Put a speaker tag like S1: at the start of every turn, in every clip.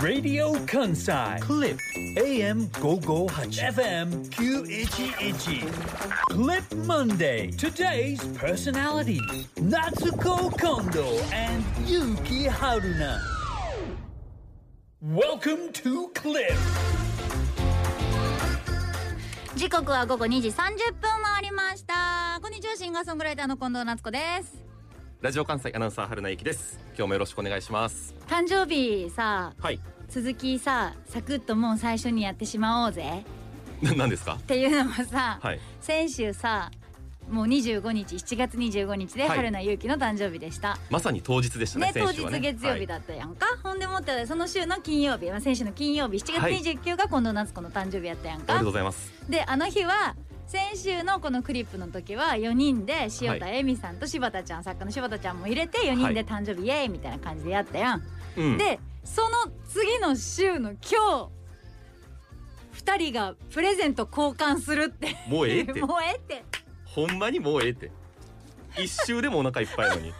S1: Radio Kansai. Clip AM 558. FM 911. Clip Monday. Today's personality Natsuko Kondo and Yuki Haruna. Welcome to Clip.
S2: 時刻は午後2時30分回りましたこんにちはシンガーソングライターの近藤夏子です
S3: ラジオ関西アナウンサー春名幸です。今日もよろしくお願いします。
S2: 誕生日さ
S3: はい。
S2: 続きさサクッともう最初にやってしまおうぜ
S3: な 何ですか
S2: っ。ていうのもさ、
S3: はい。
S2: 先週さもう25日7月25日で
S3: はい
S2: 春菜ゆうきの誕生日でした、
S3: まさに当日でした
S2: ね
S3: ね。
S2: 当
S3: 先週
S2: 日
S3: はね
S2: 月曜日だったやんか、ほんでもってその週の金曜日、まあ、先週の金曜日7月29日が近藤夏子の誕生日やったやん
S3: はい。あ
S2: か、
S3: りがとうございます。
S2: であの日は先週のこのクリップの時は4人で塩田恵美さんと柴田ちゃん、作家の柴田ちゃんも入れて4人で誕生日イエーイみたいな感じでやったやん、
S3: うん。
S2: でその次の週の今日2人がプレゼント交換するって
S3: もうええって。
S2: もうええって
S3: ほんまにもうええって。一週でもお腹いっぱいなのに。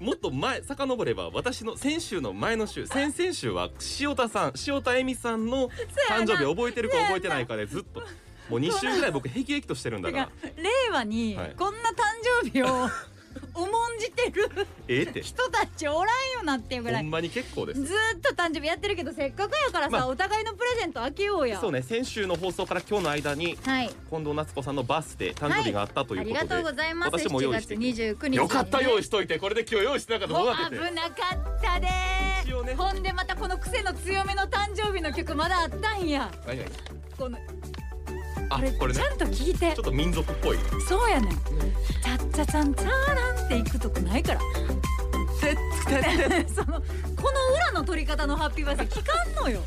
S3: もっと前遡れば私の先週の前の週先々週は塩田さん塩田恵美さんの
S2: やな
S3: 誕生日覚えてるか覚えてないかでずっともう2週ぐらい僕へきへきとしてるんだ
S2: て
S3: か
S2: から令和に
S3: はい
S2: こんな誕生日を重んじてる
S3: ええって
S2: 人たちおらんよなっていう ぐら
S3: ほ
S2: い
S3: んまに結構で
S2: ず
S3: す
S2: ーっと誕生日やってるけどせっかくやからさ、
S3: まあ
S2: お互いのプレゼント開けようや
S3: そうね先週の放送から今日の間に
S2: はい
S3: 近藤夏子さんのバースデー誕生日があったという
S2: あ
S3: こと
S2: り
S3: で、
S2: がとうございます。
S3: 私も用意して
S2: 7月29日にね
S3: よかった用意しといてこれで今日用意してなかったらどうなって
S2: 危
S3: て
S2: なかったで
S3: 一応ね
S2: ー。ほんでまたこの癖の強めの誕生日の曲まだあったんや。
S3: 何々
S2: この
S3: あこれね
S2: ちゃんと聞いて
S3: ちょっ。と民族っぽい
S2: そうやねん。チャッチャチャンチャーランっていくとこないから。 そのこの裏の取り方のハッピーバースデー聞かんのよ。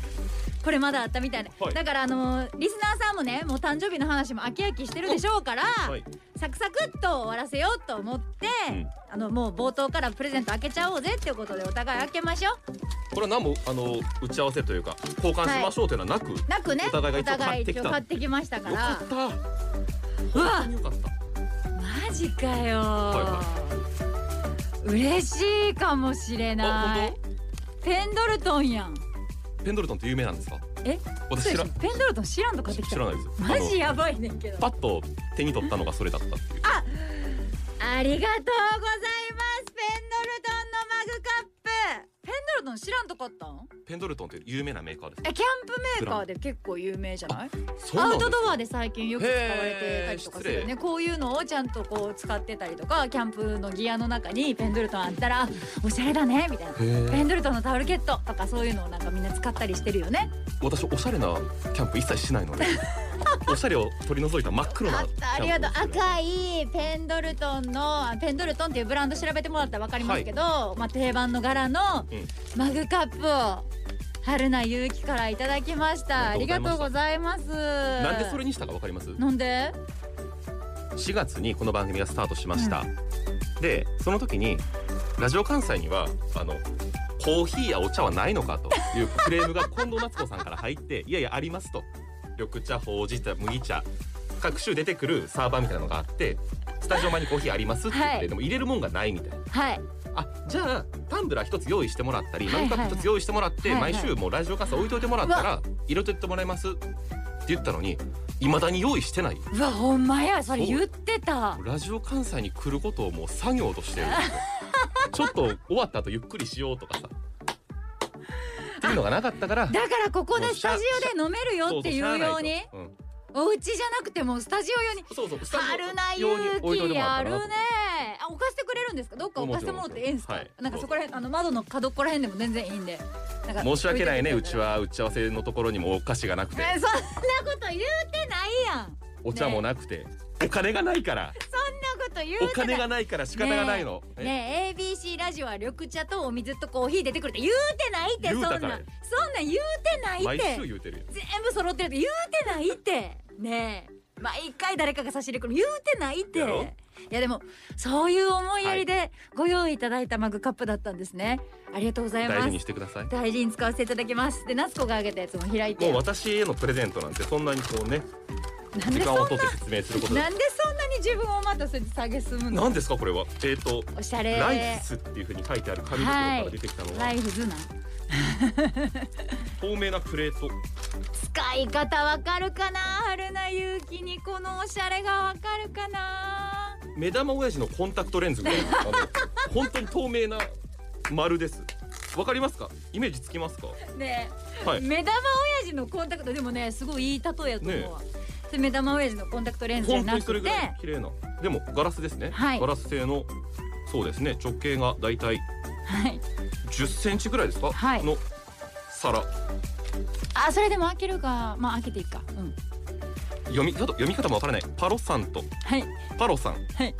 S2: これまだあったみたいな、
S3: はい
S2: だからあのーリスナーさんもねもう誕生日の話も飽き飽きしてるでしょうから、
S3: はい
S2: サクサクっと終わらせようと思って、
S3: うん
S2: あのもう冒頭からプレゼント開けちゃおうぜっていうことでお互い開けましょう
S3: これは何もあの打ち合わせというか交換しましょうというのはなく、よ
S2: なくね
S3: お互いが一応買ってきた
S2: お互い一応買ってきましたか
S3: からった
S2: うわ
S3: 本当によかった
S2: マジかよ、
S3: は
S2: 嬉しいかもしれな
S3: あ
S2: いペンドルトンやん
S3: ペンドルトンって有名なんですか
S2: え
S3: 私知ら
S2: そうでしょペンドルトン知らんと買ってきた
S3: 知らないです
S2: マジ
S3: あ
S2: やばいねんけど
S3: のパッと手に取ったのがそれだったっていう
S2: ありがとうございますペンドルトンのマグカップペンドルトン知らんと買ったん
S3: ペンドルトンって有名なメーカーです
S2: えキャンプメーカーで結構有名じゃない
S3: そうなん
S2: ア
S3: で
S2: ウ
S3: す
S2: トドアで最近よく使われてたりとかするよ
S3: へー
S2: ねこういうのをちゃんとこう使ってたりとかキャンプのギアの中にペンドルトンあったらおしゃれだねみたいな
S3: へー
S2: ペンドルトンのタオルケットとかそういうのをなんかみんな使ったりしてるよね
S3: 私おしゃれなキャンプ一切しない のでおしゃれを取り除いた真っ黒な
S2: あったありがとう
S3: キャンプをする
S2: 赤いペンドルトンのあペンドルトンっていうブランド調べてもらったら分かりますけど、まあ、定番の柄の
S3: うん
S2: マグカップを春名ゆうきからいただきましたあ
S3: あ
S2: り
S3: りが
S2: がとう
S3: とう
S2: ご
S3: ご
S2: ざいます
S3: なんでそれにしたかわかります
S2: なんで
S3: 4月にこの番組がスタートしました、でその時にラジオ関西にはあのコーヒーやお茶はないのかというクレームが近藤夏子さんから入って いやいやありますと緑茶ほうじ茶麦茶各種出てくるサーバーみたいなのがあってスタジオ前にコーヒーありますって言って、
S2: はい
S3: でも入れるもんがないみたいな
S2: はい
S3: あじゃあタンブラー一つ用意してもらったり
S2: はいはい
S3: マグカップ一つ用意してもらって、
S2: はいはい
S3: 毎週もうラジオ関西置いといてもらった
S2: う
S3: ら入れといてもらいますって言ったのにいまだに用意してないう
S2: わほんまやそれ
S3: そう
S2: 言ってた
S3: ラジオ関西に来ることをもう作業としてる んですよちょっと終わった後ゆっくりしようとかさっていうのがなかったから
S2: だからここで
S3: もう
S2: ス
S3: しゃ
S2: タジオで飲めるよっていうように
S3: そう
S2: お家じゃなくてもうスタジオ用に
S3: そうそうしゃあないとうん
S2: 春な
S3: そうそうスタジオ用に置い
S2: 勇
S3: とい
S2: 気
S3: てもら
S2: や
S3: った
S2: る
S3: ら
S2: ねあ置かせてくれるんですかどっか置かせてもらってええんすか、
S3: もちろんもちろんはい
S2: なんかそこら辺あの窓の角っこら辺でも全然いいんでなんか
S3: 申し訳ないね
S2: 置
S3: う
S2: と
S3: ち
S2: てもらっ
S3: は打ち合わせのところにもお菓子がなく
S2: た
S3: て
S2: らえ そんなこと言うてないやん
S3: お茶もなく て、お金がないから
S2: そんなこと言うて
S3: お
S2: ない
S3: 金がないから仕方がないの、
S2: ねえねえ ABC ラジオは緑茶とお水とコーヒー出てくるって言うてないってそ
S3: 言
S2: ん
S3: う
S2: な
S3: た
S2: そ
S3: か
S2: ん
S3: ら
S2: なん
S3: よ
S2: 言うてないって
S3: 毎週言うてるよ
S2: 全部揃ってるって言うてないってねえ毎回誰かが差し入れくる言うてないってい
S3: やろ
S2: やでもそういう思いやりで、でご用意いただいたマグカップだったんですねありがとうござい
S3: 大
S2: ま
S3: 事
S2: す
S3: にしてください
S2: 大事に使わせていただきますで夏子があげたやつも開い
S3: も
S2: て
S3: う私へのプレゼントなんてそんなにこうね
S2: なん
S3: 時
S2: でそ
S3: 間
S2: ん
S3: を取って説明することで
S2: なんでそんなに自分をまたそれで下げすむの
S3: 何ですかこれはえっ、と
S2: おしゃれ
S3: ライフスっていうふうに書いてある紙袋から出てきたのは、
S2: ライフズなん
S3: 透明なプレート
S2: 使い方わかるかな春菜ゆうきにこのおしゃれがわかるかな
S3: 目玉親父のコンタクトレンズみたい なあの本当に透明な丸ですわかりますかイメージつきますか
S2: ねえ、
S3: はい
S2: 目玉親父のコンタクトでもねすごいいい例えやと思うわ、で目玉親父のコンタクトレンズじゃ
S3: 本当
S2: な
S3: にそれ
S2: く
S3: ぐ
S2: て
S3: らい綺麗なでもガラスですね、
S2: はい
S3: ガラス製のそうですね直径がだいたい
S2: はい
S3: 10センチぐらいですか、
S2: はい
S3: の皿
S2: あそれでも開けるかまあ開けていいかうん
S3: 読みちょっと読み方もわからないパロさんと
S2: はい
S3: パロさん
S2: はい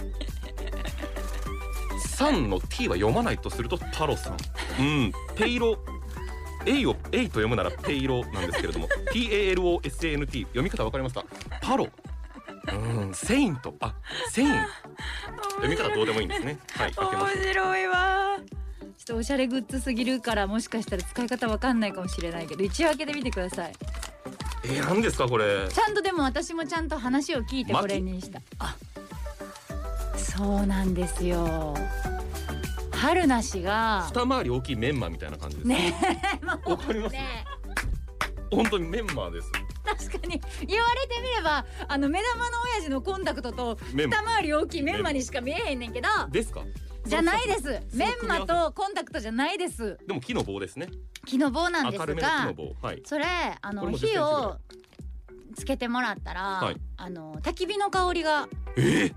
S3: さんの T は読まないとするとパロさんうんペイロ A を A と読むならペイロなんですけれども PALOSANT 読み方わかりますかパロうんセイントあセイン読み方どうでもいいんですねはい開けま
S2: 面
S3: す
S2: 白いわちょっとおしゃれグッズすぎるからもしかしたら使い方わかんないかもしれないけど一応開けてみてください
S3: えー、何ですかこれ
S2: ちゃんとでも私もちゃんと話を聞いてこれにしたあそうなんですよ春なしが
S3: 二回り大きいメンマみたいな感じです、
S2: ね
S3: わかります
S2: ね
S3: 本当にメンマです
S2: 確かに言われてみればあの目玉の親父のコンタクトと
S3: メンマ
S2: 二回り大きいメンマにしか見えへんねんけど
S3: ですか
S2: じゃないですメンマ
S3: 組み合
S2: とコンタクトじゃないです
S3: でも木の棒ですね
S2: 木の棒なんです
S3: 明るめの木
S2: が
S3: の棒はい
S2: それあ
S3: こ
S2: の
S3: れも10センチ
S2: 火
S3: ぐらい
S2: をつけてもらったら、
S3: はい
S2: あの焚き火の香りが
S3: え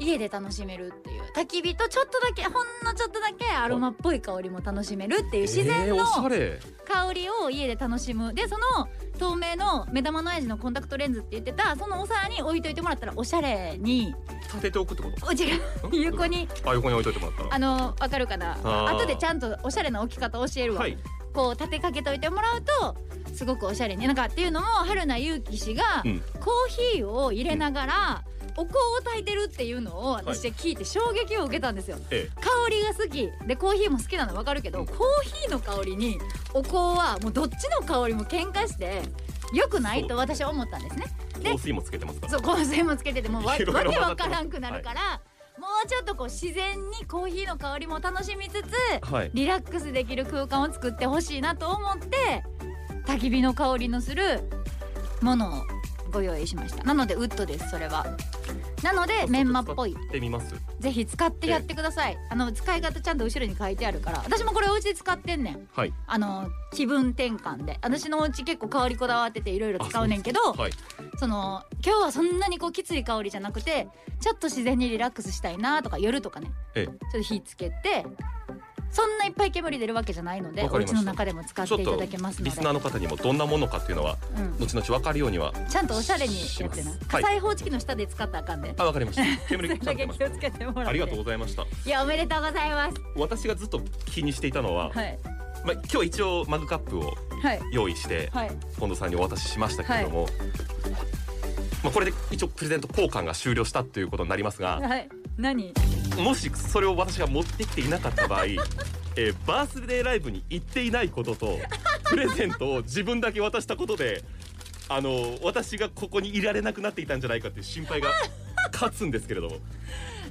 S2: 家で楽しめるっていう焚き火とちょっとだけほんのちょっとだけアロマっぽい香りも楽しめるっていう
S3: ー、
S2: 自然
S3: えー、
S2: の
S3: おしゃれ
S2: 香りを家で楽しむでその透明の目玉の親父のコンタクトレンズって言ってたそのお皿に置いといてもらったらおしゃれに
S3: 立てておくってこと
S2: お違う横に
S3: あ横に置いといてもらったら
S2: あのわかるかな
S3: あー
S2: 後でちゃんとおしゃれな置き方教えるわ、
S3: はい
S2: こう立てかけといてもらうとすごくおしゃれになんかっていうのも春菜ゆうき氏が、
S3: うん
S2: コーヒーを入れながら、お香を炊いてるっていうのを私は聞いて衝撃を受けたんですよ、
S3: え
S2: 香りが好きでコーヒーも好きなの分かるけど、
S3: うん
S2: コーヒーの香りにお香はもうどっちの香りも喧嘩して良くないと私は思ったんですね
S3: え
S2: で
S3: 香水もつけてますから
S2: そう香水もつけてて もうわわ
S3: い
S2: け
S3: ろいろ
S2: わからんくなるから、もうちょっとこう自然にコーヒーの香りも楽しみつつ
S3: はい
S2: リラックスできる空間を作ってほしいなと思って焚き火の香りのするものをご用意しましたなのでウッドですそれはなのでメンマっぽい
S3: 行ってみます
S2: ぜひ使ってやってくださいあの使い方ちゃんと後ろに書いてあるから私もこれお家で使ってんねん
S3: はい
S2: あの気分転換で私のお家結構香りこだわってていろいろ使うねんけどそ,、
S3: はい
S2: の今日はそんなにこうきつい香りじゃなくてちょっと自然にリラックスしたいなとか夜とかね
S3: ええ
S2: ちょっと火つけてそんないっぱい煙出るわけじゃないので
S3: わ
S2: お
S3: かりま
S2: 家
S3: した
S2: の中でも使っ
S3: ちょって
S2: いた
S3: と
S2: だけますの
S3: リ
S2: で
S3: スナーの方にもどんなものかっていうのは
S2: うん、
S3: 後々わかるようには
S2: ちゃんとおしゃれにやってな
S3: します
S2: 火災報知器の下で使ったらあかんで、
S3: あわかりました
S2: そ
S3: 煙
S2: れ
S3: ちゃ
S2: だ
S3: んと出
S2: け
S3: まし
S2: 気をつけてもらって
S3: たありがとうございました
S2: いやおめでとうございます
S3: 私がずっと気にしていたのは、
S2: はい
S3: まあ、今日一応マグカップを
S2: はい
S3: 用意して
S2: はい
S3: 近藤さんにお渡ししましたけれども、まあ、これで一応プレゼント交換が終了したということになりますが
S2: はい何
S3: もしそれを私が持ってきていなかっ た場合、えーバースデーライブに行っていないこと とプレゼントを自分だけ渡したことであの私がここにいられなくなっていたんじゃないかっていう心配 が勝つんですけれども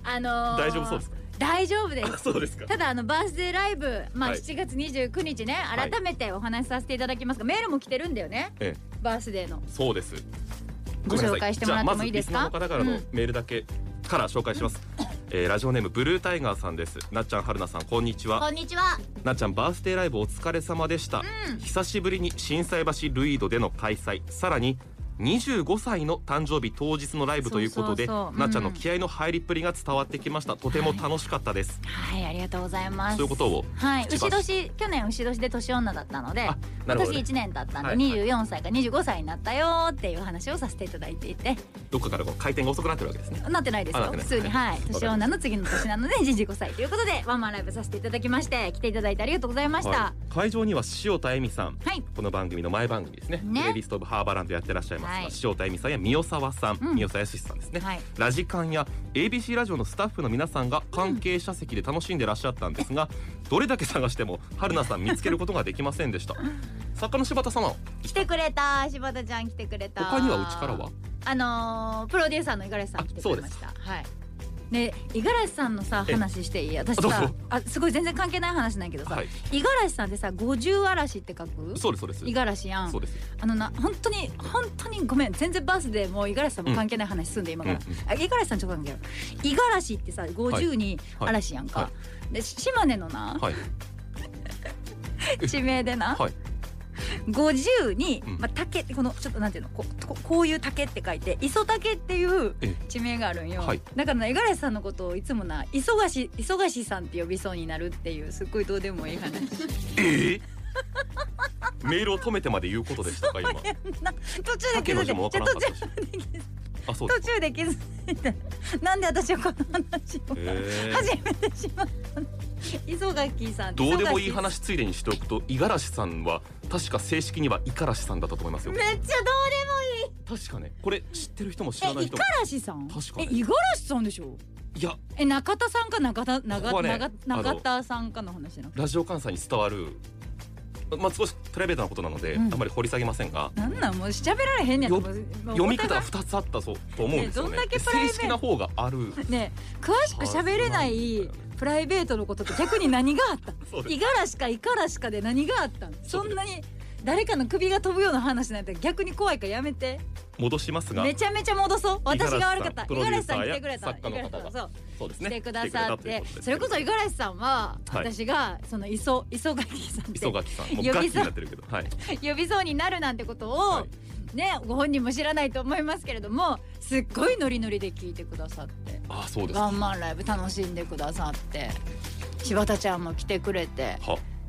S2: あのー、
S3: 大丈夫そ うですか
S2: 大丈夫です
S3: あそうですか
S2: ただあのバースデーライブ、まあ、
S3: はい
S2: 7月29日ね、
S3: はい
S2: 改めてお話しさせていただきますが、メールも来てるんだよね
S3: ええ
S2: バースデーの
S3: そうです
S2: ご紹介してもらってもいいですか
S3: じゃあまずリスナーの方からのメールだけから紹介します、えーラジオネームブルータイガーさんですなっちゃんはるなさんこんにちは
S2: こんにちは
S3: なっちゃんバースデーライブお疲れ様でした、久しぶりに心斎橋ルイードでの開催さらに25歳の誕生日当日のライブということで
S2: そうそうそううん
S3: なっちゃんの気合の入りっぷりが伝わってきましたとても楽しかったです、
S2: はいありがとうございます
S3: そういうことを
S2: はい
S3: 口
S2: 牛
S3: ばし
S2: 年去年牛年で年女だったので
S3: あなるほ
S2: 私
S3: ど、ね、
S2: 1年経ったんで、
S3: はい
S2: 24歳か25歳になったよーっていう話をさせていただいていて
S3: どっかからこう回転が遅くなってるわけですね
S2: なってないですよ
S3: あなってな
S2: 普通
S3: い
S2: に
S3: は
S2: はいい年女の次の年なので25歳ということでワンマンライブさせていただきまして来ていただいてありがとうございました、
S3: は会場には塩田恵美さん
S2: はい
S3: この番組の前番組ですね
S2: ね
S3: プレイリスト・オブ・ハーバーランドやってらっしゃいますが、
S2: はい
S3: 塩田恵美さんや三代沢さん、
S2: うん
S3: 三代沢康さんですね、
S2: はい
S3: ラジカンや ABC ラジオのスタッフの皆さんが関係者席で楽しんでらっしゃったんですが、どれだけ探しても春菜さん見つけることができませんでした作家の柴田様
S2: 来てくれた柴田ちゃん来てくれた
S3: 他にはうちからは
S2: あのープロデューサーの五十嵐さん来てくれましたはいね五十嵐さんのさ
S3: え
S2: 話していい私
S3: どう
S2: さ
S3: ぞ
S2: あすごい全然関係ない話なんやけどさ
S3: はい
S2: 五十嵐さんってさ五十嵐って書く
S3: そうですそうです
S2: 五十嵐やん
S3: そうです
S2: あのな本当に本当にごめん全然バースでもう五十嵐さんも関係ない話すんで今から
S3: うんうん
S2: あ五十嵐さんちょっと関係ない五十嵐ってさ50に
S3: はい
S2: 嵐やんか
S3: は
S2: で島根のな
S3: はい
S2: 地名でな
S3: はい
S2: 50に、
S3: うん
S2: まあ、竹ってこのちょっとなんていうのこここういう竹って書いて磯竹っていう
S3: え
S2: 地名があるんよ、
S3: はい
S2: だからな五十嵐さんのことをいつもな忙し忙しさんって呼びそうになるっていうすっごいどうでもいい 話
S3: ええメールを止めてまで言うことでしたか今
S2: な途中で気
S3: 竹
S2: づ
S3: の
S2: いて
S3: 字もわ
S2: じゃ
S3: から
S2: あ
S3: な
S2: 途
S3: かっ
S2: 中
S3: たしあそうで
S2: 途
S3: すか
S2: 中で気づいてなんで私はこの話を
S3: え
S2: 始めてしまったの磯垣さん
S3: どうでもいい
S2: 磯垣
S3: 話ついでにしておくと五十嵐さんは確か正式には五十嵐さんだったと思いますよ
S2: めっちゃどうでも
S3: 確かねこれ知ってる人も知
S2: え
S3: らない
S2: 五十
S3: 人も
S2: 嵐さん
S3: 確か
S2: え
S3: に
S2: 五十嵐さんでしょ
S3: いや
S2: え中田さんか中田中
S3: ここはね
S2: 中中
S3: あの
S2: 田さんかの話なの
S3: ラジオ関西に伝わるまあ少しプライベートなことなので、
S2: うん
S3: あんまり掘り下げませんが
S2: なんなんもう喋られへんねや
S3: よ
S2: もうもう
S3: 読み
S2: お
S3: 方
S2: 互
S3: が
S2: い
S3: 2つあったそうと思うんですよね
S2: ねどんだけプライベー
S3: 正
S2: ト
S3: 式な方がある
S2: ね詳しく喋れないプライベートのことって逆に何があったの
S3: そうで
S2: いがらしかいからしかで何があったのそんなに誰かの首が飛ぶような話なんて逆に怖いからやめて
S3: 戻しますが
S2: めちゃめちゃ戻そう
S3: 五十
S2: 私
S3: 嵐さん
S2: が悪かった
S3: プ
S2: 五十
S3: ロデュ
S2: 嵐
S3: ー
S2: さ
S3: サ
S2: ん
S3: ー
S2: 来
S3: や
S2: てくれた
S3: 作家の方
S2: 五
S3: が
S2: 十嵐さんそう
S3: そうです
S2: 来
S3: ね
S2: てくださっ
S3: 来くれたとい
S2: て
S3: うことです
S2: それこそ五十嵐さんは
S3: はい
S2: 私がその磯磯垣さんって
S3: 磯垣さんもうガッキーになってるけどはい
S2: 呼びそうになるなんてことを、
S3: は
S2: ねご本人も知らないと思いますけれどもすっごいノリノリで聞いてくださって
S3: あそうです
S2: ワ
S3: は
S2: ンマンライブ楽しんでくださって柴田ちゃんも来てくれて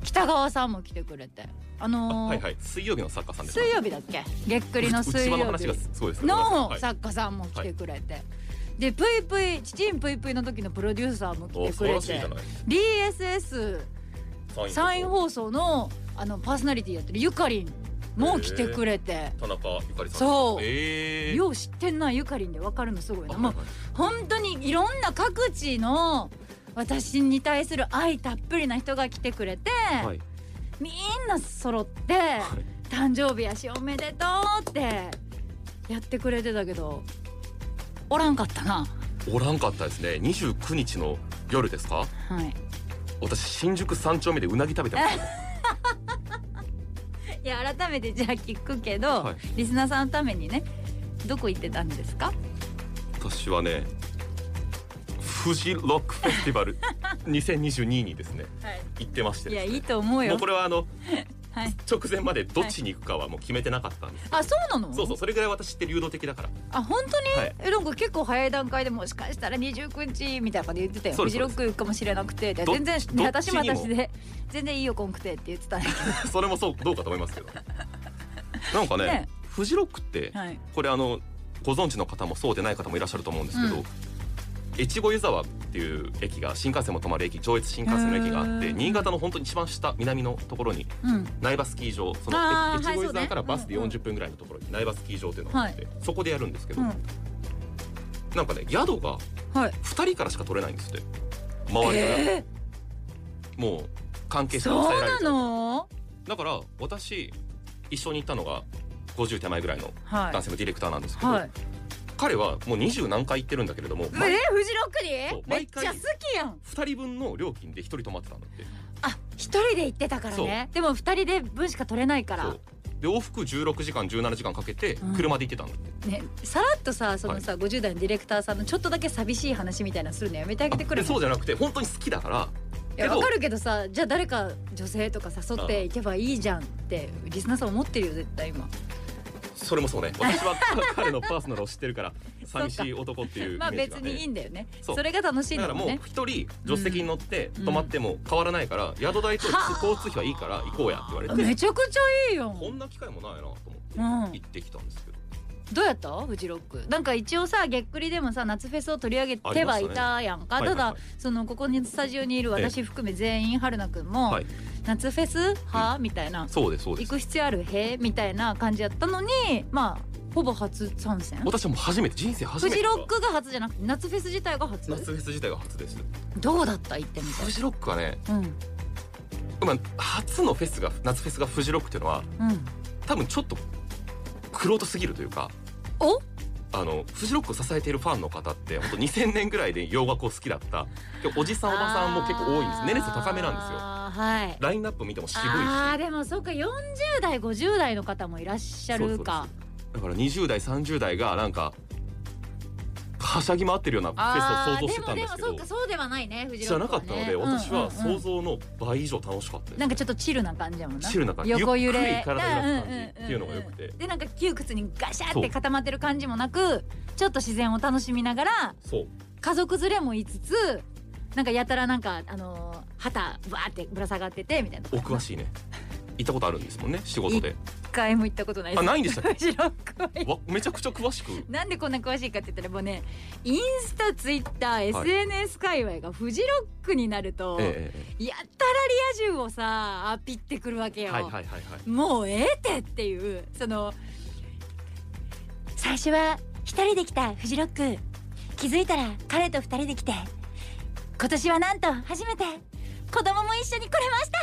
S2: 北川さんも来てくれてあ
S3: あ
S2: のー
S3: はいはい水曜日の作家さんです
S2: 水曜日だっけげっくりの水
S3: 内
S2: 曜
S3: 場の
S2: 日
S3: 話がそうです
S2: の
S3: はい
S2: 作家さんも来てくれて。でプイプイチチンプイプイの時のプロデューサーも来
S3: お
S2: て
S3: 素
S2: く
S3: 晴
S2: れ
S3: らしいじ
S2: て
S3: ゃない
S2: DSS サイン放送のあのパーソナリティやってるゆかりんも来てくれて、
S3: 田中ゆかりさん
S2: そう
S3: ええ
S2: よう知ってんなゆかりんで分かるのすごいなもう
S3: あはい
S2: 本当にいろんな各地の私に対する愛たっぷりな人が来てくれて、
S3: はい
S2: みんな揃って、誕生日やしおめでとうってやってくれてたけどおらんかったな。
S3: おらんかったですね29日の夜ですか
S2: はい、
S3: 私新宿三丁目でうなぎ食べてました
S2: いや改めてじゃあ聞くけど、
S3: はい
S2: リスナーさんのためにねどこ行ってたんですか
S3: 私はねフジロックフェスティ バル2022にですね
S2: はい
S3: 行ってまして
S2: いや
S3: ですね
S2: いいと思う
S3: も
S2: よ
S3: うこれはあの
S2: はい、
S3: 直前までどっちに行くかはもう決めてなかったんです、
S2: あそうなの
S3: そうそうそれぐらい私って流動的だから
S2: あ本当に、
S3: はい
S2: えなんか結構早い段階でもしかしたら29日みたいな感じで言ってたよ
S3: そ
S2: フ
S3: うです
S2: ジロック行くかもしれなくてで
S3: ど
S2: 全然
S3: どっちにも
S2: 私も私で全然いいよこんくてって言ってたんや
S3: それもそうどうかと思いますけ どなんかね
S2: ね
S3: フジロックって、
S2: けど、はい、
S3: これあのご存知の方もそうでない方もいらっしゃると思うんですけど、
S2: うん
S3: 越後湯沢っていう駅が新幹線も止まる駅上越新幹線の駅があっ
S2: へ
S3: て
S2: ー
S3: 新潟の本当に一番下南のところに
S2: うん
S3: 苗場スキー場そ
S2: あー
S3: の越後
S2: はいそ
S3: 湯
S2: うね
S3: 沢からバスで
S2: うんうん
S3: 40分ぐらいのところに苗場スキー場っていうのがあって、そこでやるんですけど、
S2: うん
S3: なんかね宿が
S2: はい
S3: 2人からしか取れないんですって周りから、
S2: え
S3: もう関係
S2: ー、
S3: 者に
S2: そ
S3: 伝
S2: う
S3: えられ
S2: な
S3: ちゃう
S2: の
S3: だから私一緒に行ったのが50手前ぐらいの
S2: は
S3: 男性のディレクターなんですけ
S2: い
S3: ど、
S2: はい
S3: 彼はもう20何回行ってるんだけれども、
S2: えー、
S3: まあ
S2: フジロッ
S3: そ
S2: ク
S3: う
S2: にめっ
S3: 毎
S2: ち
S3: 回
S2: ゃ好きやん
S3: 2人分の料金で1人泊まってたんだって
S2: あ一人で行ってたからねでも二人で分しか取れないか
S3: そ
S2: ら
S3: うで往復16時間17時間かけて
S2: うん
S3: 車で行ってたんだって、
S2: ねさらっとさそのさ、50代のディレクターさんのちょっとだけ寂しい話みたいなのするのやめてあげてく
S3: で
S2: れ
S3: そうじゃなくて本当に好きだから
S2: いや
S3: けど
S2: わかるけどさじゃあ誰か女性とか誘っていけばいいじゃんってリスナーさん思ってるよ絶対今
S3: それもそうね 私は彼のパーソナルを知ってるから
S2: そうか
S3: 寂しい男っていうイメ
S2: まあ
S3: ージ
S2: 別
S3: が、ね
S2: にいいんだよね
S3: そ
S2: そうれが楽しいん
S3: だ
S2: だ
S3: から
S2: も
S3: も
S2: んね
S3: う一人助手席に乗って
S2: うん
S3: 泊まっても変わらないから、宿代と
S2: はあ
S3: 交通費はいいから行こうやって言われて
S2: めちゃくちゃいいよ
S3: こんな機会もないなと思って
S2: うん
S3: 行ってきたんですけど、
S2: どうやったフジロックなんか一応さげっくりでもさ夏フェスを取り上げてはいたやんか
S3: はい
S2: た
S3: はい
S2: だ、
S3: はい
S2: そのここにスタジオにいる私含め全員春菜くんも、
S3: はい
S2: 夏フェス派、みたいな
S3: そうですそうで
S2: 行
S3: す
S2: く必要あるへみたいな感じやったのにまあほぼ初参戦
S3: 私はもう初めて人生初
S2: フ
S3: めて
S2: ジロックが初じゃなくて夏フェス自体が初
S3: 夏フェス自体が初です
S2: どうだった行ってみ
S3: フジロックはね、
S2: てうん
S3: まあ、初のフェスが夏フェスがフジロックっていうのは
S2: うん
S3: 多分ちょっとクロートすぎるというか
S2: お
S3: あのフジロックを支えているファンの方って本当2000年ぐらいで洋楽を好きだったでおじさんおばさんも結構多いんです年齢層高めなんですよ
S2: あーはい
S3: ラインナップ見ても渋いし
S2: あーでもそうか40代50代の方もいらっしゃるか
S3: だから20代30代がなんかはしゃぎ回ってるようなフェ
S2: あ
S3: ス
S2: ー
S3: を想像してたんですけ
S2: でも
S3: ど
S2: でもそうかそうではないねフジ
S3: じ
S2: ロ
S3: ゃ
S2: ッ
S3: な
S2: クは
S3: か
S2: ね
S3: ったので
S2: うんうんうん
S3: 私は想像の倍以上楽しかったです
S2: なんかちょっとチルな感じやもんな
S3: チルな感じ
S2: 横揺れ
S3: ゆっくり体揺らす感じっていうのが良くて
S2: うんうんうんうんでなんか窮屈にガシャっ
S3: そ
S2: て
S3: う
S2: 固まってる感じもなくちょっと自然を楽しみながら
S3: そう
S2: 家族連れもいつつなんかやたらなんかあのー旗ぶわーってぶら下がっててみたいな
S3: お詳しいね行ったことあるんですもんね仕事で
S2: 一回も行ったことない
S3: あないんでし たっ
S2: フジロックは行っ
S3: けわめちゃくちゃ詳し く
S2: なんでこんな詳しいかって言ったらもうねインスタツイッター
S3: はい
S2: SNS 界隈がフジロックになると、
S3: えええ
S2: やたらリア充をさアピってくるわけ
S3: え
S2: よ、
S3: はいはいはいはい
S2: もうええてっていうその最初は一人で来たフジロック気づいたら彼と二人で来て今年はなんと初めて子供も一緒に来れました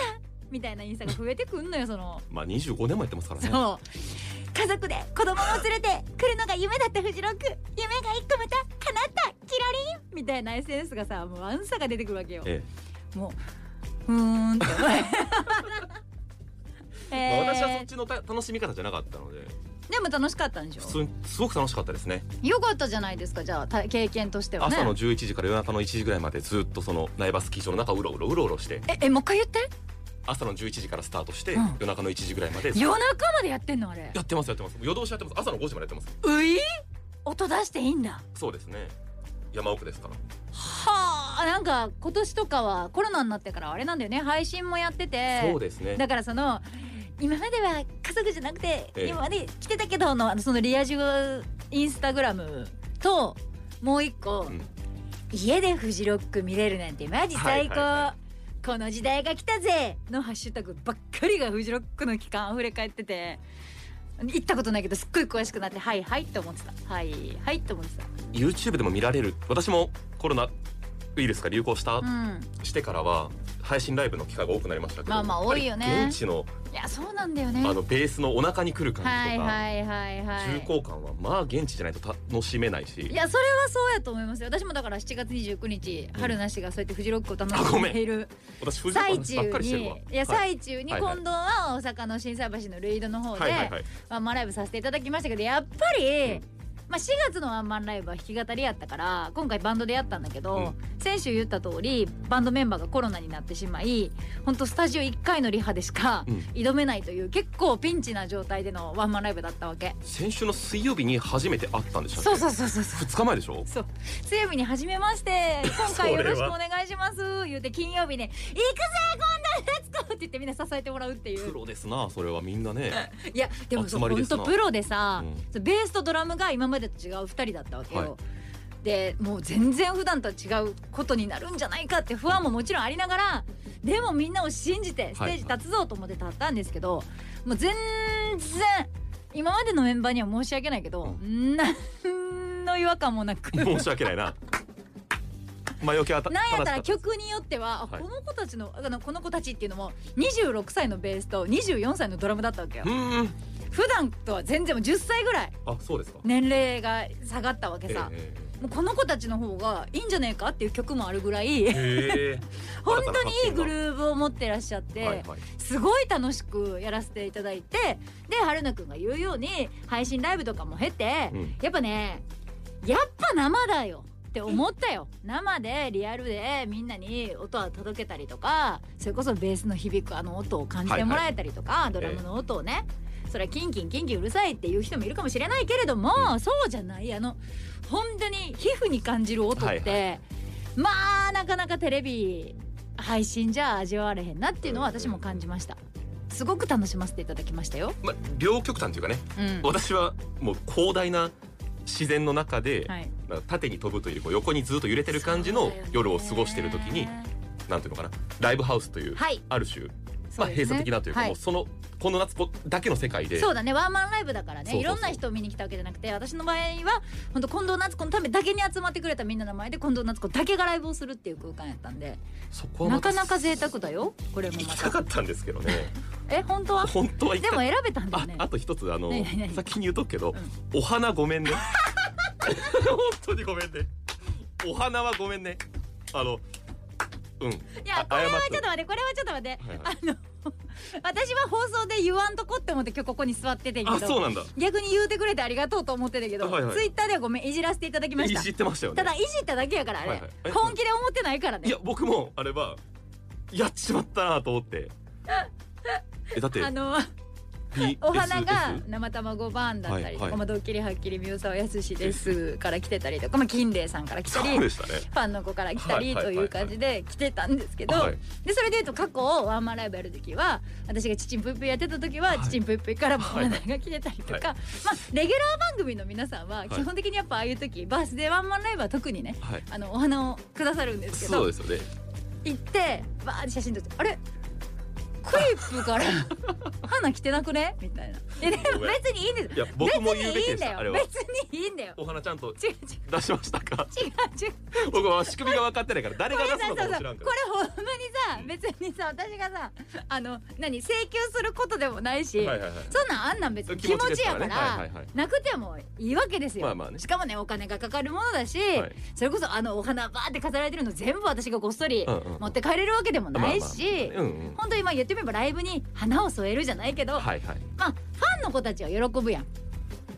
S2: みたいなインスタが増えてくんのよその。
S3: まあ25年もやってますからね
S2: そう家族で子供を連れて来るのが夢だったフジロック夢が一個また叶ったキラリンみたいな SNS がさもうあんさが出てくるわけよ
S3: え
S2: もううーんって思え
S3: えまあ私はそ
S2: え
S3: っちのた楽しみ方じゃなかったので
S2: ー、でも楽しかったんでし
S3: 普
S2: ょ
S3: 通にすごく楽しかったですね
S2: よかったじゃないですかじゃあた経験としてはね
S3: 朝の11時から夜中の1時ぐらいまでずっとその苗場スキー場の中をうろうろうろうろして
S2: ええもう一回言って
S3: 朝の11時からスタートして、
S2: うん
S3: 夜中の1時ぐらいまで
S2: 夜中までやってんのあれ
S3: やってますやってます夜通しやってます朝の5時までやってます
S2: うい音出していいんだ
S3: そうですね山奥ですから
S2: はあなんか今年とかはコロナになってからあれなんだよね配信もやってて
S3: そうですね
S2: だからその今までは家族じゃなくて、
S3: ええ
S2: 今まで来てたけどのあのそのリア充インスタグラムともう一個、
S3: うん
S2: 家でフジロック見れるなんてマジ最高、
S3: はいはいは
S2: この時代が来たぜのハッシュタグばっかりがフジロックの期間あふれ返ってて行ったことないけどすっごい詳しくなってはいはいって思ってたはいはいって思ってた
S3: YouTube でも見られる私もコロナウイルスが流行した、
S2: うん
S3: してからは配信ライブの機会が多くなりましたけど
S2: まあまあ多いよね
S3: やっぱり現地の
S2: いやそうなんだよね
S3: あのベースのお腹に来る感
S2: は
S3: じ
S2: い
S3: とか、
S2: はいはいはい
S3: 重厚感はまあ現地じゃないと楽しめないし
S2: いやそれはそうやと思いますよ私もだから7月29日、
S3: うん
S2: 春なしがそうやってフジロックを楽
S3: あご
S2: し
S3: め
S2: ん
S3: ん
S2: でいる
S3: 私フジロック
S2: 最中
S3: の話ばっかりしてるわ
S2: にいや
S3: はい
S2: 最中に
S3: はいはい
S2: 今度は大阪の心斎橋のルイドの方で
S3: はいはいはい
S2: ワンマンライブさせていただきましたけどやっぱり、
S3: うん
S2: まあ、4月のワンマンライブは弾き語りやったから今回バンドでやったんだけど、先週言った通りバンドメンバーがコロナになってしまい本当スタジオ1回のリハでしか
S3: うん
S2: 挑めないという、結構ピンチな状態でのワンマンライブだったわけ。
S3: 先週の水曜日に初めて会ったんでしたっけ
S2: そうそうそうそうそう
S3: 2日前でし ょ
S2: そう水曜日に初めまして今回よろしくお願いします言うて金曜日に「行くぜ今度レッツゴー!」って言ってみんな支えてもらうってい
S3: プ
S2: う
S3: ロですなそれはみんなね
S2: いやでもそう
S3: 集まりで
S2: 本
S3: すな
S2: 当プロでさ、
S3: うん
S2: そうベースとドラムが今までと違う2人だったわけよ、
S3: はい
S2: でもう全然普段とは違うことになるんじゃないかって不安ももちろんありながらでもみんなを信じてステージ立つぞと思って立ったんですけど、もう全然今までのメンバーには申し訳ないけど、
S3: う
S2: なんの違和感もなく
S3: 申し訳ないな前置きはた
S2: なんやったら
S3: 正しか
S2: 曲によっては、あ
S3: はい
S2: この子たちのあのこの子たちっていうのも26歳のベースと24歳のドラムだったわけよ
S3: うーん
S2: 普段とは全然もう10歳ぐらい
S3: あそうですか、
S2: 年齢が下がったわけ
S3: え
S2: さ、
S3: え
S2: もうこの子たちの方がいいんじゃねえかっていう曲もあるぐらい
S3: ええへえ
S2: 本当にいいグルーヴを持ってらっしゃって、
S3: はいはい
S2: すごい楽しくやらせていただいてで春菜くんが言うように配信ライブとかも経て、
S3: うん
S2: やっぱねやっぱ生だよって思ったよ生でリアルでみんなに音は届けたりとかそれこそベースの響くあの音を感じてもらえたりとか、ドラムの音をね、それはキンキンキンキンうるさいっていう人もいるかもしれないけれども、そうじゃないあの本当に皮膚に感じる音って、
S3: はいは
S2: まあなかなかテレビ配信じゃ味わわれへんなっていうのは私も感じました。すごく楽しませていただきましたよ。
S3: まあ、両極端というかね
S2: うん
S3: 私はもう広大な自然の中で、
S2: はい、
S3: なんか縦に飛ぶというよりこう横にずっと揺れてる感じの夜を過ごしてる時に、なんていうのかなライブハウスという、
S2: はい
S3: ある種、
S2: そ
S3: ま
S2: う
S3: あ、
S2: ですね
S3: 閉鎖的なというか、
S2: は
S3: もうそのこの夏ぽだけの世界で
S2: そうだねワンマンライブだから
S3: そうそうそ
S2: ね
S3: う
S2: いろんな人を見に来たわけじゃなくて私の場合は本当近藤夏子のためだけに集まってくれたみんなの前で近藤夏子だけがライブをするっていう空間やったんで
S3: そこは
S2: な
S3: また
S2: かなか贅沢だよこれも
S3: 行
S2: ま
S3: きた
S2: た
S3: かったんですけどね
S2: え本当はで
S3: 本当は行きた
S2: も
S3: かっ
S2: 選べたんだ
S3: た
S2: よね
S3: ああと一つあの
S2: 何何何
S3: 先に言うとくけど、お花ごめんね 本当にごめんねお花はごめんねあのうん
S2: いや
S3: あ
S2: これは
S3: 謝って
S2: ちょっと待ってこれはちょっと待って、
S3: はいは
S2: あの私は放送で言わんとこって思って今日ここに座っててんけど
S3: あそうなんだ
S2: 逆に言うてくれてありがとうと思ってたけど、
S3: はいはい
S2: ツイッターではごめんいじらせていただきま
S3: い
S2: した
S3: じってましたよね
S2: ただいじっただけやからあれ、
S3: はいはいえ
S2: 本気で思ってないからね
S3: いや僕もあれはやっちまったなと思 ってえだって
S2: あの
S3: B
S2: お花
S3: S
S2: が
S3: S
S2: 生卵バーンだったりとか、
S3: はいはい
S2: まあ、ドッキリはっきり三浦やすしですから来てたりとか、まあ、金麗さんから来たり
S3: そうでしたね
S2: ファンの子から来たり
S3: はい
S2: と
S3: はいはい
S2: いう感じで来てたんですけど、
S3: はい
S2: でそれでいうと過去ワンマンライブやる時は私が「ちちんぷいぷい」やってた時は「
S3: い
S2: ちちんぷいぷい」からもお
S3: はい
S2: 名前が来てたりとか、
S3: はい
S2: まあレギュラー番組の皆さんはい基本的にやっぱああいう時バースデーワンマンライブは特にね
S3: はい
S2: あのお花をくださるんですけ
S3: そう
S2: ど
S3: ですよね
S2: 行ってバーって写真撮って「あれクリップから 花来てなくね?」みたいな。いやでも
S3: ごめん
S2: 別にいいんです
S3: いや僕も言うべきで
S2: 別にいいん
S3: し
S2: だ
S3: たあれ
S2: よ
S3: は
S2: 別にいいんだよ
S3: お花ちゃんと
S2: 違う違う
S3: 出しましたか
S2: 違う違う
S3: 僕は仕組みが分かってないから誰
S2: これ
S3: が出
S2: さ
S3: す
S2: そ
S3: の
S2: うそ
S3: か
S2: う
S3: も
S2: こ
S3: 知
S2: れ
S3: ら
S2: ほ
S3: んから
S2: んまにさ別にさ私がさあの何請求することでもないし、
S3: はいはいはい
S2: そんなんあんなん別に気
S3: 気持
S2: 持
S3: ちです
S2: ち
S3: か
S2: や
S3: ら
S2: から
S3: ねはいはいはい
S2: なくてもいいわけですよ、
S3: まあまあね
S2: しかもねお金がかかるものだし、
S3: はい
S2: それこそあのお花バーって飾られてるの全部私がごっそり
S3: うんうんうん
S2: 持って帰れるわけでもないし
S3: まあまあまあうんうん
S2: 本当に今言ってみればライブに花を添えるじゃないけど、
S3: はいはい
S2: まあファンの子たちは喜ぶやん、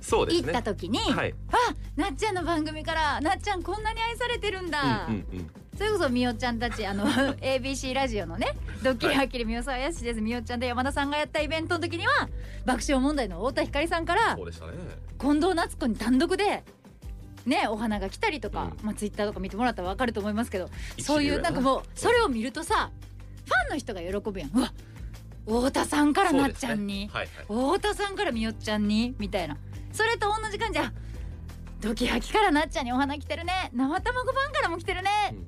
S3: そうです
S2: 行っ
S3: ね
S2: た時に、
S3: はい
S2: あなっちゃんの番組からなっちゃんこんなに愛されてるんだ、
S3: うんうんうん
S2: それこそみおちゃんたち あの ABC ラジオのね「ドッキリはっきりみおさんやすしです」みおちゃんと山田さんがやったイベントの時には爆笑問題の太田光さんから
S3: そうでしたね
S2: 近藤夏子に単独で。ね、お花が来たりとか、
S3: うん
S2: まあ、ツイッターとか見てもらったら分かると思いますけど
S3: 一流
S2: そうい
S3: やな
S2: うなんかもうそれを見るとさファンの人が喜ぶやんうわ太田さんからなっちゃんに、
S3: そうですね
S2: 太田さんからみよっちゃんにみたいなそれと同じ感じあドキハキからなっちゃんにお花来てるね生卵パンからも来てるね、
S3: はいはいうんうん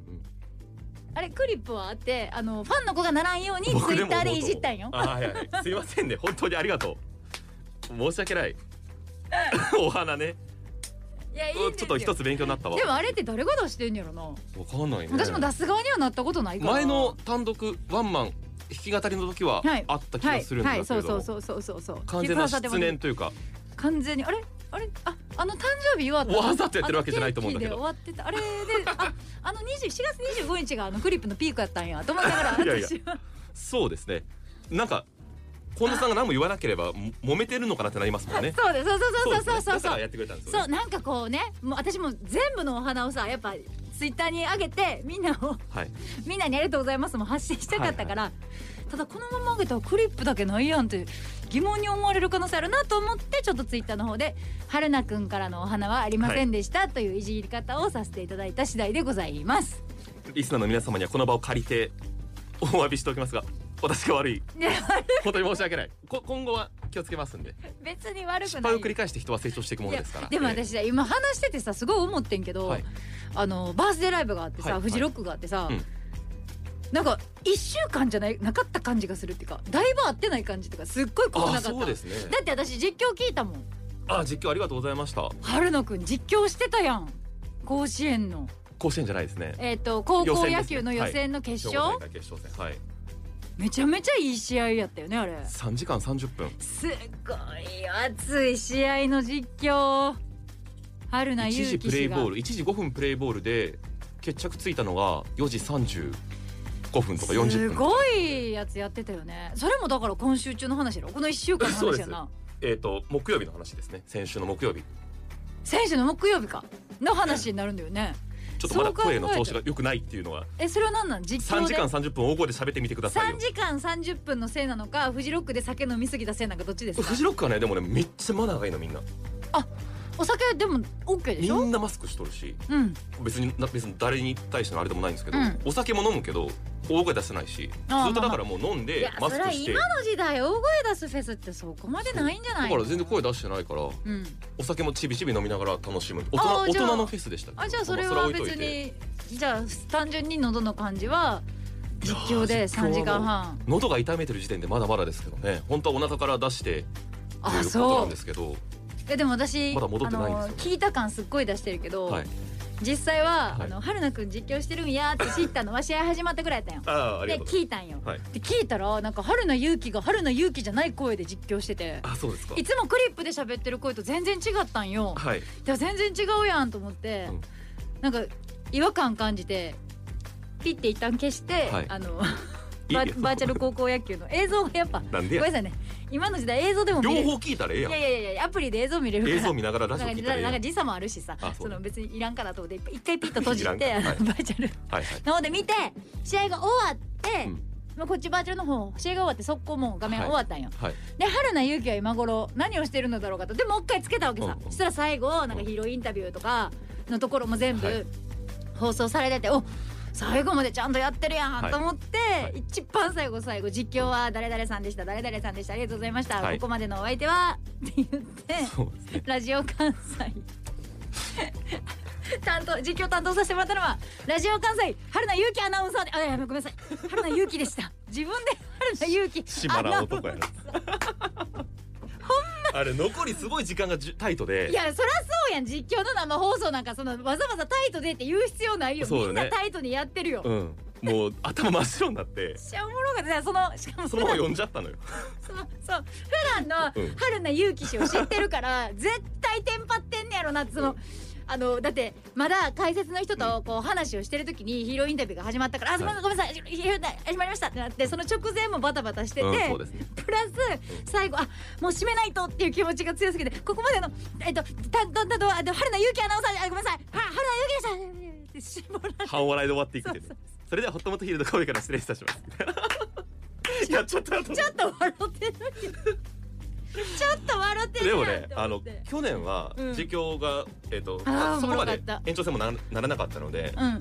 S2: あれクリップはあってあのファンの子がならんようにツイッターでいじったんよ
S3: あはいはいすいませんね本当にありがとう申し 訳ないお花ね
S2: いやいいんですよ
S3: ちょっと一つ勉強になったわ
S2: でもあれって誰が出してんやろな
S3: わかんないね
S2: 私も出す側にはなったことないから
S3: 前の単独ワンマン弾き語りの時は
S2: はい
S3: あった気
S2: は
S3: が
S2: い
S3: するんだ
S2: は
S3: け
S2: い
S3: れ
S2: そう
S3: ど
S2: そう
S3: も
S2: そうそうそうそう
S3: 完全な失念
S2: 実はさでも
S3: というか
S2: 完全にあれあれああの誕生日は
S3: わざとやってるわけじゃないと思うんだけど
S2: あのケーキで終わってたあれでああの20 4月25日があのクリップのピークやったんやと思いながら
S3: いやいや
S2: 私は
S3: そうですねなんか近藤さんが何も言わなければも揉めてるのかなってなりますもんね
S2: そうですそうそうそうそうそう
S3: ですねだか
S2: そ
S3: らや
S2: う
S3: ってくれたんですよ
S2: そ
S3: ね
S2: うなんかこうねもう私も全部のお花をさやっぱツイッターに上げてみんなを
S3: はい
S2: みんなにありがとうございますも発信したかったから、ただこのまま上げたらクリップだけないやんって疑問に思われる可能性あるなと思ってちょっとツイッターの方で「春菜くんからのお花はありませんでした」といういじり方をさせていただいた次第でございます。
S3: リスナーの皆様にはこの場を借りてお詫びしておきますが私が悪い
S2: で悪
S3: 本当に申し訳ないこ今後は気をつけますんで
S2: 別に悪く
S3: 失
S2: な
S3: 敗を
S2: い
S3: 繰り返して人は成長していくもの
S2: いや
S3: ですから
S2: でも
S3: ええ
S2: 私今話しててさすごい思ってんけど、
S3: はい
S2: あのバースデーライブがあってさ、
S3: はい
S2: フジロックがあってさ、
S3: はいうん
S2: なんか1週間じゃないなかった感じがするっていうかだいぶ合ってない感じとかすっごい怖なか
S3: あ
S2: った
S3: そうですね
S2: だって私実況聞いたもん
S3: あ実況ありがとうございました
S2: 春野くん実況してたやん甲子園の、
S3: 甲子園じゃないですね
S2: えっと高
S3: 予
S2: 校
S3: 選ですね
S2: 野球の予選の決
S3: 兵庫
S2: 勝、
S3: 大会決勝戦はい
S2: めちゃめちゃいい試合やったよねあれ
S3: 3時間30分
S2: すっごい熱い試合の実況春菜
S3: 1
S2: 勇
S3: 時
S2: 輝
S3: プレイ
S2: 氏
S3: ボ
S2: が
S3: ール1時5分プレイボールで決着ついたのが4時35分とか40分
S2: すごいやつやってたよねそれもだから今週中の話やろこの1週間の話やな
S3: えっ、と木曜日の話ですね先週の木曜日
S2: 選手の木曜日かの話になるんだよね
S3: ちょっとまだ
S2: そう考え
S3: 声
S2: たら
S3: の調子が良くないっていうのは
S2: えそれは何なん実
S3: 3
S2: 況
S3: 時
S2: で
S3: 間30分大声で喋ってみてくださ
S2: 3
S3: いよ
S2: 時間30分のせいなのかフジロックで酒飲みすぎたせいなのかどっちですか
S3: フジロックはねでもねめっちゃマナーがいいのみんな
S2: お酒でも OK で
S3: み
S2: しょ
S3: んなマスクしとるし
S2: うん
S3: 別にな別に誰に対してのあれでもないんですけど、
S2: うん
S3: お酒も飲むけど大声出せないしず
S2: あー
S3: っとだからもう飲ん
S2: い
S3: で
S2: や
S3: マ
S2: そ
S3: ス
S2: れは
S3: クしてだ
S2: 今の時代大声出すフェスってそこまでないんじゃない
S3: から全然声出してないから
S2: うん
S3: お酒もちびちび飲みながら楽しむ
S2: あー
S3: 大人大
S2: じゃあ
S3: 人のフェスでしたけど
S2: あじゃあそれ
S3: ま
S2: は
S3: 置いとい
S2: 別
S3: て
S2: にじゃあ単純に喉の感じは実況
S3: いや
S2: で
S3: ー実況は
S2: 3
S3: もう
S2: 時間半
S3: 喉が痛めてる時点でまだまだですけどね本当はお腹から出してとい
S2: あ
S3: うことな
S2: そ
S3: ん
S2: う
S3: ですけど
S2: えでも私
S3: まだ戻ってないんですよ
S2: あの聞いた感すっごい出してるけど、
S3: はい
S2: 実際は、
S3: はい
S2: あの春菜くん実況してるんやって知ったのは試合始まったぐらいやったんよ
S3: あああり
S2: で
S3: がとうござい
S2: 聞いたんよ、
S3: ますはい
S2: で聞いたらなんか春菜勇気が春菜勇気じゃない声で実況してて
S3: あそうですか
S2: いつもクリップで喋ってる声と全然違ったんよ
S3: はい
S2: でも全然違うやんと思って、
S3: うん
S2: なんか違和感感じてピッて一旦消して、
S3: はい
S2: あの
S3: いい
S2: バ
S3: よ
S2: バーチャル高校野球の映像がやっぱご
S3: なんで
S2: めんな
S3: や
S2: さいね今の時代映像でも見れる
S3: 両方聞いたらええや
S2: いやいやいやアプリで映像見れる
S3: ん
S2: から
S3: 映像見ながらラジオ
S2: なん
S3: 聞い
S2: か
S3: たらええや
S2: なんか
S3: ん
S2: 時差もあるしさ
S3: あそ
S2: そ
S3: う
S2: の別にいらんかなと思って一回ピッと閉じ
S3: いらんか
S2: て、
S3: らはい
S2: あのバーチャル
S3: はいはい
S2: なので見て試合が終わって、
S3: うん
S2: まあ、こっちバーチャルの方試合が終わって速攻もう画面
S3: はい
S2: 終わったんよ、
S3: はい
S2: で春菜勇気は今頃何をしてるのだろうかとでもう一回つけたわけさ、
S3: うんうん
S2: したら最後なんかヒーローインタビューとかのところも全
S3: は
S2: 部
S3: い
S2: 放送されてて、お最後までちゃんとやってるや
S3: は
S2: ん
S3: い
S2: と思って、
S3: はい
S2: 一番最後最後実況は誰々さんでした誰々さんでしたありがとうございました、
S3: はい
S2: ここまでのお相手はって言って
S3: そうですね
S2: ラジオ関西 担当実況担当させてもらったのはラジオ関西春菜勇気アナウンサーであいやごめんなさい春菜勇気でした自分で春菜勇気
S3: 島らん男やなあれ残りすごい時間がじゅタイトで
S2: いやそりゃそうやん実況の生放送なんかそのわざわざタイトでって言う必要ないよ
S3: そう
S2: み
S3: よ
S2: ん
S3: ね
S2: なタイトにやってるよ、
S3: う
S2: めっ
S3: んもう頭真っ白になって
S2: ちゃおもろかったそのしかもそ
S3: その
S2: の
S3: まま
S2: そ
S3: 呼んじゃったのよ
S2: のそう普段の
S3: うん
S2: 春菜勇気氏を知ってるから、絶対テンパってんねやろなってその、
S3: うん
S2: あのだってまだ解説の人とこう話をしてる時にヒーローインタビューが始まったから「あすみませんごめんなさいヒーローインタビュー始まりました」ってなってその直前もバタバタしてて、
S3: うんそうですね
S2: プラス最後あもう締めないとっていう気持ちが強すぎてここまでのえっと担当担当はあの春菜勇気アナウンサーあごめんなさいは春菜勇気でしたって絞られ
S3: 半笑いで終わっていくっていうね
S2: そう
S3: それではホットモットヒールド声から失礼いたしま すやっちゃった
S2: ちょっと笑ってるけどちょっと笑ってる
S3: で
S2: やん
S3: も
S2: っ
S3: ね
S2: て
S3: あ
S2: 思っ
S3: の
S2: て
S3: 去年は
S2: うん
S3: 実況が、えっと
S2: あー
S3: そこま
S2: おもろ
S3: で
S2: かった
S3: 延長戦もなならなかったので、
S2: うん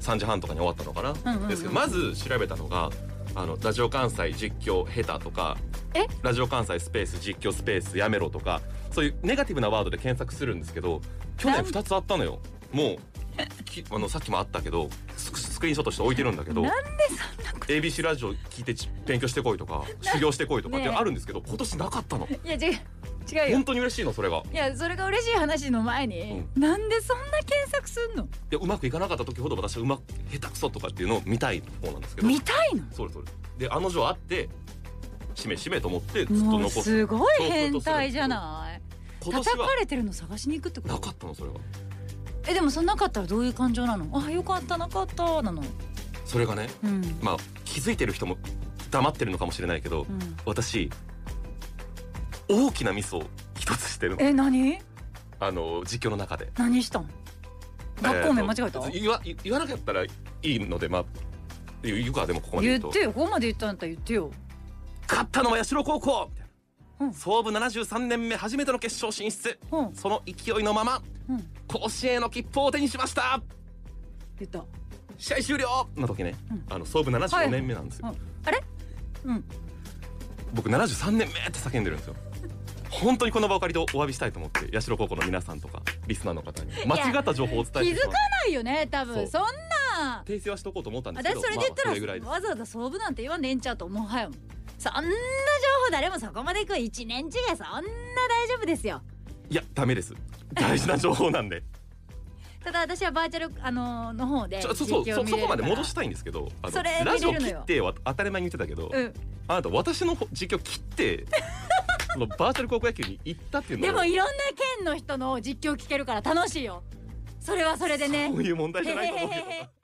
S3: 3時半とかに終わったのかな、
S2: うんうんうん
S3: ですけどまず調べたのがあのラジオ関西実況下手とか
S2: え
S3: ラジオ関西スペース実況スペースやめろとかそういうネガティブなワードで検索するんですけど去
S2: な
S3: 年
S2: ん
S3: 2つあったのよも うきあのさっきもあったけどスクスクリーンショットして置いてるんだけど
S2: なん
S3: ABC ラジオ聞いてち勉強してこいとか修行してこいとかって
S2: ねえ
S3: あるんですけど今年なかったの
S2: いや違う違うよ
S3: 本当に嬉しいのそれが
S2: いやそれが嬉しい話の前に、なんでそんな検索すんの
S3: でうまくいかなかった時ほど私はうまく下手くそとかっていうのを見たい方なんですけど
S2: 見たいの
S3: そうですそうですであの女あってしめしめと思ってずっと
S2: もう
S3: 残す
S2: すごい変態じゃない
S3: 今年
S2: 叩
S3: は
S2: かれてるの探しに行くってこ
S3: な
S2: と
S3: かったのそれは
S2: えでもそんなかったらどういう感情なのあよかったなかったなの
S3: それがね
S2: うん
S3: まあ気づいてる人も黙ってるのかもしれないけど、
S2: うん
S3: 私大きなミスを一つしてるの
S2: え何
S3: あの実況の中で
S2: 何したん学校名間違え
S3: と
S2: た
S3: 言わ言言わなかったらいいのでまあ言う言うかでもここまで言
S2: 言
S3: う
S2: っ
S3: と
S2: てよここまで言ったんだったら言ってよ
S3: 勝ったのは社高校みたいな、
S2: うん
S3: 創部73年目初めての決勝進出
S2: うん
S3: その勢いのまま
S2: うん
S3: 甲子園への切符を手にしました
S2: 言った
S3: 試合終了の時ね、
S2: うん
S3: あの創部
S2: は
S3: 75
S2: い
S3: 年目なんですよ、
S2: うんあれうん
S3: 僕73年目って叫んでるんですよ本当にこの場を借りてお詫びしたいと思って社高校の皆さんとかリスナーの方に間違った情報をお
S2: 気
S3: 伝えして
S2: づ
S3: し
S2: か
S3: まう
S2: ないよね多分そ
S3: そ
S2: んな
S3: 訂正はしとこうと思ったんです
S2: 私
S3: けど
S2: それで言ったら、
S3: まあ、それぐらいです
S2: わざわざ総部なんて言わんでええんちゃうと思うはよそんな情報誰もそこまで行く一年違いそんな大丈夫ですよ
S3: いやダメです大事な情報な んで
S2: ただ私はバーチャルあのの方で
S3: ちょそうそう
S2: 実況
S3: そ
S2: を見
S3: そ
S2: れる
S3: こ
S2: か
S3: ま
S2: ら
S3: で戻したいんですけどあ
S2: それ見れるのよ
S3: ラジオ切っては当たり前に言ってたけど、
S2: うん
S3: あなた私の実況切ってそのバーチャル高校野球に行ったっていうの
S2: で
S3: は
S2: もいろんな県の人の実況聞けるから楽しいよそれはそれでね
S3: そういう問題じゃないと思うけど
S2: へへへへ